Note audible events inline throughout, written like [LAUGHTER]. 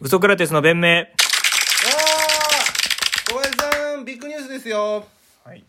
ウソクラテスの弁明。小林さんビッグニュースですよはい。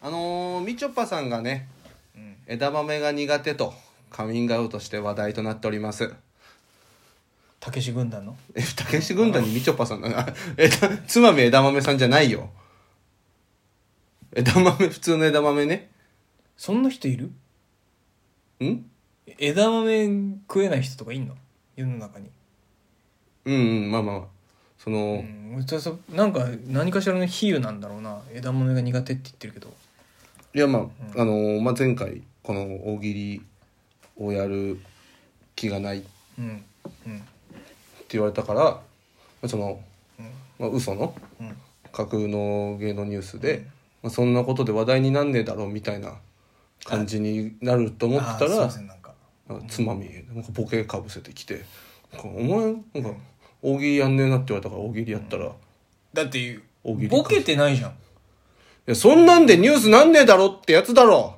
あのーみちょぱさんがね、うん枝豆が苦手とカミングアウトして話題となっておりますたけし軍団のえたけし軍団にみちょぱさんなえだつまみ枝豆さんじゃないよ枝豆普通の枝豆ねそんな人いるんうん枝豆食えない人とかいんの世の中に。うんまあまあまあその、うん、そそなんか何かしらの比喩なんだろうな枝豆が苦手って言ってるけどいやまあ、あのーまあ、前回この大喜利をやる気がないってうんうん言われたからその、まあ嘘のうん架空の芸能ニュースで、まあ、そんなことで話題になんねえだろうみたいな感じになると思ってたあーすいらませんなんかなんかつまみなんかボケかぶせてきて「なんかお前なんか大喜利やんねえな」って言われたから大喜利やったら「いだって大喜利かボケてないじゃんやそんなんでニュースなんねえだろ」ってやつだろ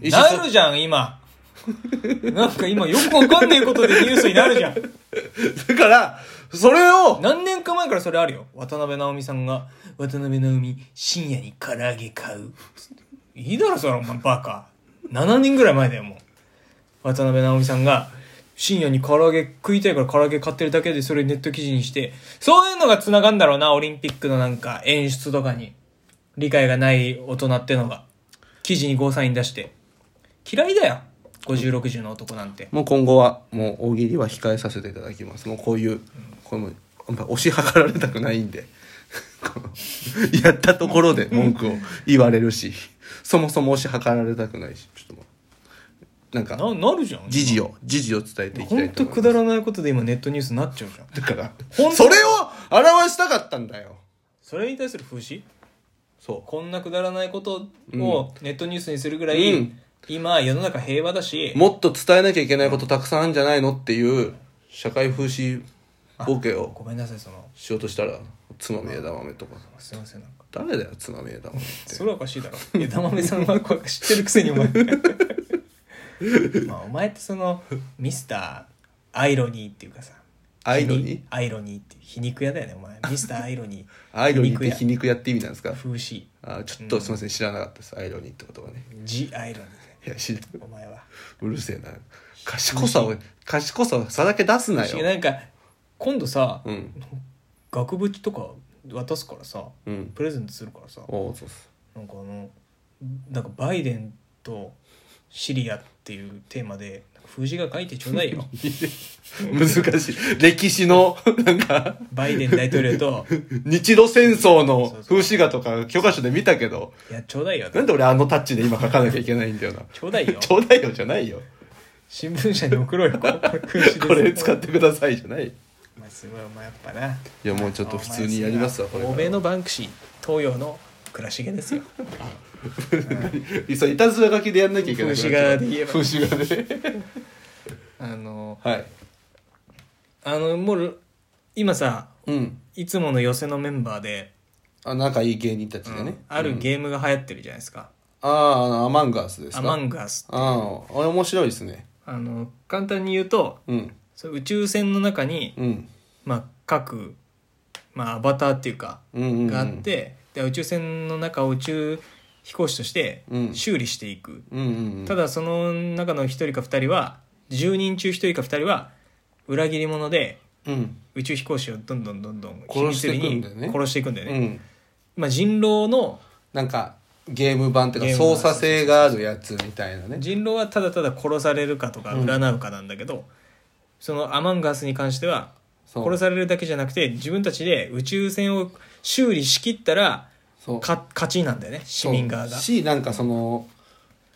意思疎なるじゃん今なんか今よくわかんねえことでニュースになるじゃんだからそれを何年か前からそれあるよ渡辺直美さんが「渡辺直美深夜に唐揚げ買う」いいだろそれお前バカ7年ぐらい前だよもう渡辺直美さんが深夜に唐揚げ食いたいから唐揚げ買ってるだけでそれネット記事にしてそういうのが繋がんだろうなオリンピックのなんか演出とかに理解がない大人ってのが記事にゴーサイン出して嫌いだよ5060の男なんてもう今後はもう大喜利は控えさせていただきますもうこういうこれもあんま押し量られたくないんで [LAUGHS] このやったところで文句を言われるしそもそも押し量られたくないしちょっともうなんかななるじゃん時事を時事を伝えていきほたんいとと思くいまだらないことで今ネットニュースになっちゃうじゃんすだからほんとそれを表したかったんだよそれに対する風刺そこんなくだらないことをネットニュースにするぐらい、うん今世の中平和だしうもっと伝えなきゃいけないことたくさんあるんじゃないのっていう社会風刺ボケをごめんなさいそのしようとしたらつまみ枝豆とかすいませんなんか誰だよつまみ枝豆ってそれはおかしいだろ枝豆さんはこう知ってるくせにお前まあお前ってそのミスターアイロニーっていうかさアイロニー皮肉アイロニーっていう皮肉屋だよねお前ミスターアイロニー [LAUGHS] アイロニーって皮皮肉肉やって意味なんですか屋風刺あちょっとすみません知らなかったですアイロニーって言葉ねジアイロニいや知らーお前はうるせえな賢さを賢さをさだけ出すな確かによなんか今度さ、うん額縁とか渡すからさうんプレゼントするからさおうそうっすなんかあのなんかバイデンとシリアっていうテーマで封じが書いてちょうだい [LAUGHS] よ難しい歴史のなんかバイデン大統領と日露戦争の風刺画とか教科書で見たけどいやちょうだいよなんで俺あのタッチで今書かなきゃいけないんだよなちょうだいよ [LAUGHS] ちょうだいよじゃないよ新聞社に送ろうよこれ封じですこれ使ってくださいじゃないお前すごいお前やっぱないやもうちょっと普通にやりますわこおれ前から欧米のバンクシー東洋の倉重 [LAUGHS] ですよそういたずら書きでやんなきゃいけない風刺画で言えば風刺画であのはいあのもう今さうんいつもの寄せのメンバーで、あ仲いい芸人たちでね、あるゲームが流行ってるじゃないですか、あああのアマンガースですかアマンガスあああれ面白いですねあの簡単に言うとうんそう宇宙船の中にうんまあ、各、まあ、アバターっていうかうんうんうんがあって、で宇宙船の中を宇宙飛行士としてうん修理していく、うんうんただその中の1人か2人は10人中1人か2人は裏切り者でうん宇宙飛行士をどんどんどんどん殺していくんだ秘よね密裏に殺していくんだようね、んまあ、人狼のなんかゲーム版っていうかゲーム操版作性があるやつみたいなね人狼はただただ殺されるかとかうん占うかなんだけど、そのアマンガスに関してはそう殺されるだけじゃなくて自分たちで宇宙船を修理しきったらそうか勝ちなんだよね市民側がそうしなんかその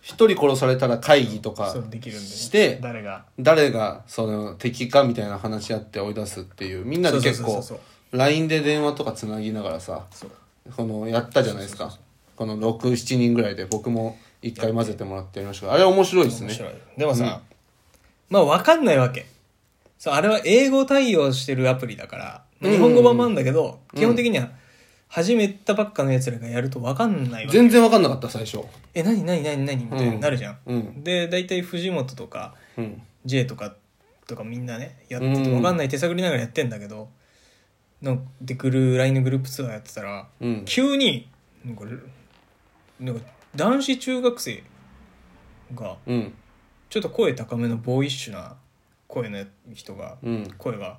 一人殺されたら会議とかそうできるんで、ね、して誰が誰がその敵かみたいな話し合って追い出すっていうみんなで結そう構そう LINE で電話とかつなぎながらさそうそうそうこのやったじゃないですかこの67人ぐらいで僕も一回混ぜてもらってやりましたけどあれ面白いです面白ねいでもさ、うんまあ分かんないわけそうあれは英語対応してるアプリだから、まあうん日本語版もあるんだけど、基本的には始めたばっかのやつらがやると分かんないわけ全然分かんなかった最初え何何何何みたいになるじゃん、うんで大体藤本とかうん J とかとかみんなねやっうててん分かんない手探りながらやってんだけどので来る LINE のグループツアーやってたらうん急になんかなんか男子中学生がうんちょっと声高めのボーイッシュな声の人がうん声が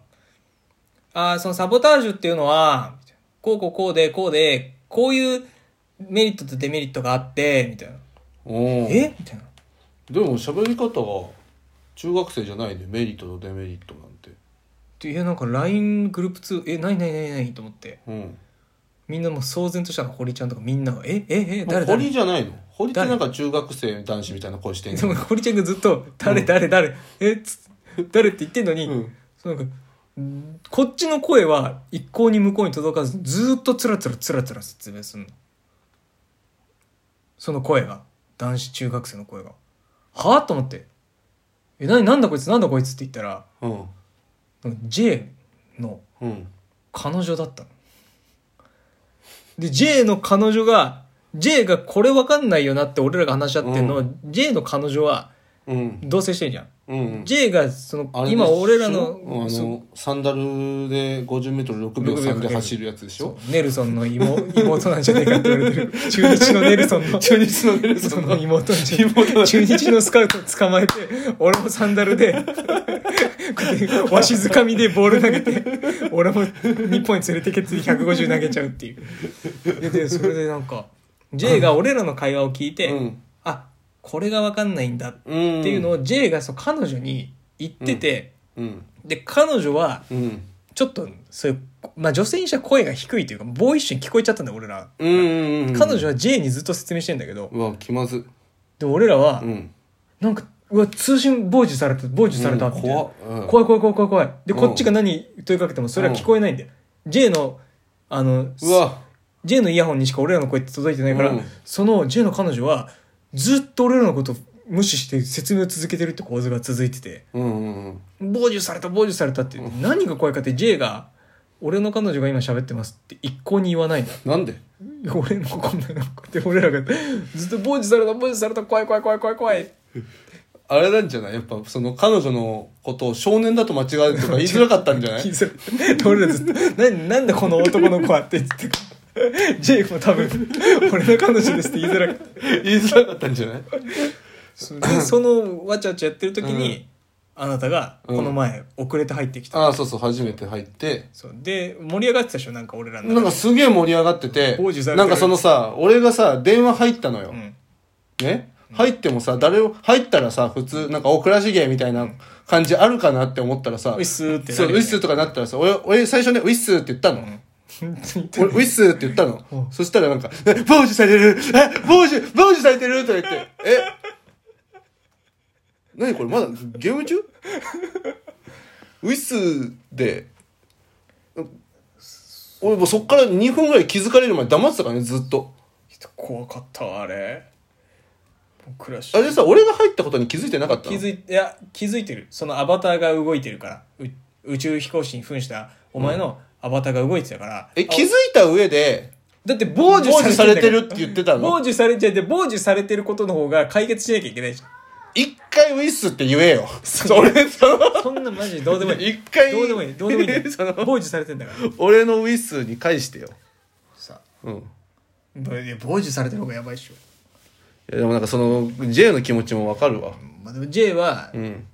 「ああそのサボタージュっていうのはみたいなこうこうこうでこうでこういうメリットとデメリットがあって」みたいな「おーえみたいなでも喋り方が中学生じゃないねメリットとデメリットなんてでいやなんか LINE グループ2えないないないないと思ってうんみんなもう騒然としたの堀ちゃんとかみんなが「えええ誰堀誰?」じゃないの堀ってなんか中学生男子みたいな声してんでもの堀ちゃんがずっと「誰誰誰えつ誰?」って言ってんのに、うんそのなんかんこっちの声は一向に向こうに届かずずーっとつらつらつらつら説明するのその声が男子中学生の声がはあと思って「えななんだこいつなんだこいつ」って言ったらうんなんか J のうん彼女だったので J の彼女が J がこれわかんないよなって俺らが話し合ってんの、う J の彼女はうん同棲してんじゃん、うん、 J がそあのれでしょ今俺らうんあのそうのサンダルで 50m6 秒3で走るやつで [LAUGHS] しょそうネルソンの妹妹なんじゃねえかって言われてる中日のネルソンの中日のネルソンの妹に [LAUGHS] 中日のスカウトを捕まえて俺もサンダルで [LAUGHS] こうわしづかみでボール投げて俺も日本に連れてけって150投げちゃうっていうででそれでなんか J が俺らの会話を聞いて、うんあこれが分かんないんだっうん、ていうのを J がそう彼女に言ってて、うんで彼女はうんちょっとそういう、まあ、女性にしたら声が低いというかボーイッシュに聞こえちゃったんだよ俺ら、うんうんうん彼女は J にずっと説明してんだけどうわ気まずで俺らは、うんなんかうわ通信傍受された傍受されたって、怖っうん怖い怖い怖い怖い怖いでうんこっちが何問いかけてもそれは聞こえないんだよ、J のあのうわ J のイヤホンにしか俺らの声って届いてないから、うんその J の彼女はずっと俺らのことを無視して説明を続けてるって構図が続いててうんうんうん傍受された傍受されたって何が怖いかって J が「俺の彼女が今喋ってます」って一向に言わないんだなんで俺もこんなのこうやって俺らがずっと傍受された傍受された怖い怖い怖い怖い怖いあれなんじゃないやっぱその彼女のことを少年だと間違えるとか言いづらかったんじゃ [LAUGHS] ない気づいて俺らずっと「ななんでこの男の子は」って言ってたジェイクも多分「俺の彼女です」って言いづらくて言いづらかったんじゃないそで [LAUGHS] そのわちゃわちゃやってる時に、あなたがうんこの前遅れて入ってきた、ああそうそう初めて入ってそうで盛り上がってたでしょなんか俺らのなんかすげえ盛り上がってて傍受されてるなんかそのさ俺がさ電話入ったのよ、うんね入ってもさ誰を入ったらさ普通なんかお倉重みたいな感じあるかなって思ったらさウィッスーってなそうるウよィねッスーとかなったらさ俺俺最初ねウィッスーって言ったの、俺、ウィスって言ったの。そしたらなんか、え、傍受されてるえ、傍受、傍受されてるとか言って、え何これまだゲーム中ウィスで、俺もうそっから2分ぐらい気づかれるまで黙ってたからね、ずっと。怖かったわあれもうクラッシあュれさ、俺が入ったことに気づいてなかった気のづいいや気づいてるそのアバターが動いてるからう宇宙飛行士に扮したお前のアバターが動いてたから、え、気づいた上で、だって傍傍受受さされれててるっるて言ってた傍の。受されちゃって傍受されてることの方が解決しなきゃいけないじゃん一回ウィスって言えよ。それ、その、そんなマジでどうでもいい一回、どうでもいいどうでもいいんだ [LAUGHS] よその、傍受されてんだから [LAUGHS] 俺のウィスに返してよ。さうん。ぼいや傍受されてる方がやばいっしょ、いやでもなんかその J の気持ちもわかるわまあ、でも J はうん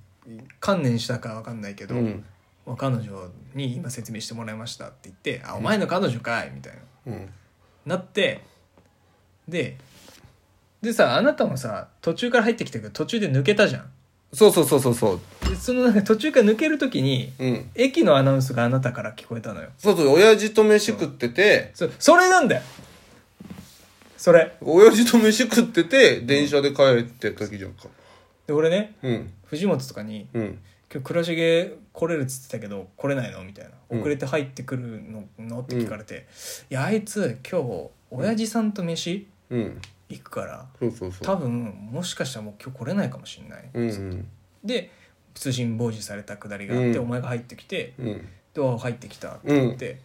観念したかわかんないけど、うんまあ彼女に今説明してもらいましたって言って「あお前の彼女かい」みたいなうんなってででさあなたもさ途中から入ってきたけど途中で抜けたじゃんそうそうそうそうそうでそのなんか途中から抜ける時にうん駅のアナウンスがあなたから聞こえたのよそうそう親父と飯食っててそそれなんだよそれ親父と飯食ってて電車で帰ってた時じゃんかで俺ねうん藤本とかにうん「今日倉重来れるっつってたけど来れないの?」みたいな「うん遅れて入ってくるのの?」って聞かれて「いやあいつ今日親父さんと飯うん行くからそうそうそ多う分もしかしたらもう今日来れないかもしんない」うんうんで通信傍受されたくだりがあって、うんお前が入ってきてうん「ドア入ってきた」って言って、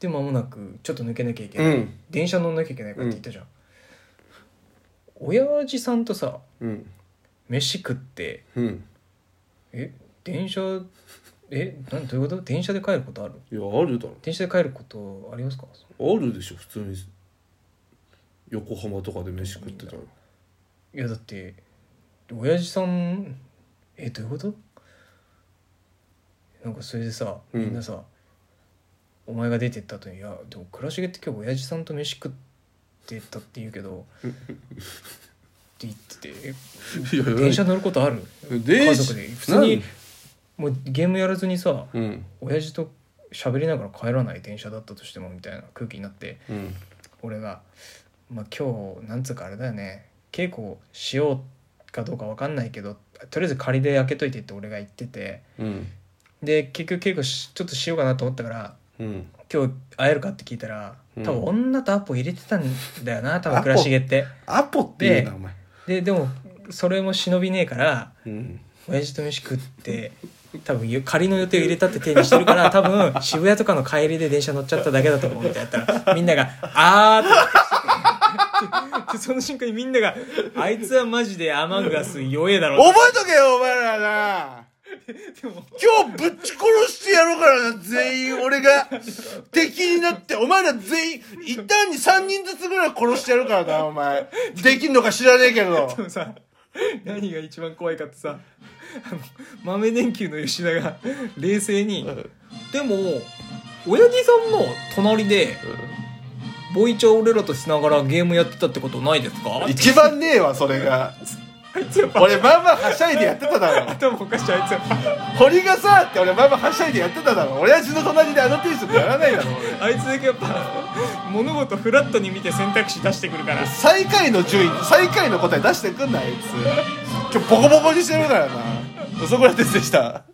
で間もなくちょっと抜けなきゃいけうない、ん電車乗んなきゃいけないからって言ったじゃん、親父さんとさうん飯食ってうんえ電車えなんどういうこと電車で帰ることあるいやあるだろ電車で帰ることありますかあるでしょ普通に横浜とかで飯食ってたらいやだって親父さんえどういうことなんかそれでさうんみんなさ、お前が出てった後に「いやでも倉重って今日親父さんと飯食ってたって言うけど」って言っててえいやいや電車乗ることある電家車族で普通にもうゲームやらずにさなんうん親父と喋りながら帰らない電車だったとしてもみたいな空気になってうん俺が「まあ、今日なんつうかあれだよね稽古しようかどうかわかんないけどとりあえず仮で開けといて」って俺が言っててうんで結局稽古しちょっとしようかなと思ったからうん「今日会えるか?」って聞いたらうん多分女とアポ入れてたんだよな多分アポ倉重って。アポって言うなお前ででもそれも忍びねえからうん親父と飯食って多分よ仮の予定を入れたって手にしてるから多分渋谷とかの帰りで電車乗っちゃっただけだと思うみたいなやったらみんなが「あー」って [LAUGHS] でその瞬間にみんなが「あいつはマジでアマンガス弱えだろ」覚えとけよお前らな [LAUGHS] でも今日ぶっち殺してやろうからな全員俺が敵になってお前ら全員一旦に3人ずつぐらい殺してやるから [LAUGHS] なお前できんのか知らねえけ [LAUGHS] どでもさ何が一番怖いかってさあの豆電球の吉田が冷静に「でも親父さんの隣でボイチャ俺らとしながらゲームやってたってことないですか?」一番ねえわそれがあいつやっぱ俺まあまあはしゃいでやってただろ頭おかしいあいつは。堀がさって俺まあまあはしゃいでやってただろ親父の隣であのテンションでやらないだろ俺あいつだけやっぱ物事フラットに見て選択肢出してくるから最下位の順位最下位の答え出してくんなあいつ今日ボコボコにしてるからなそこらですでした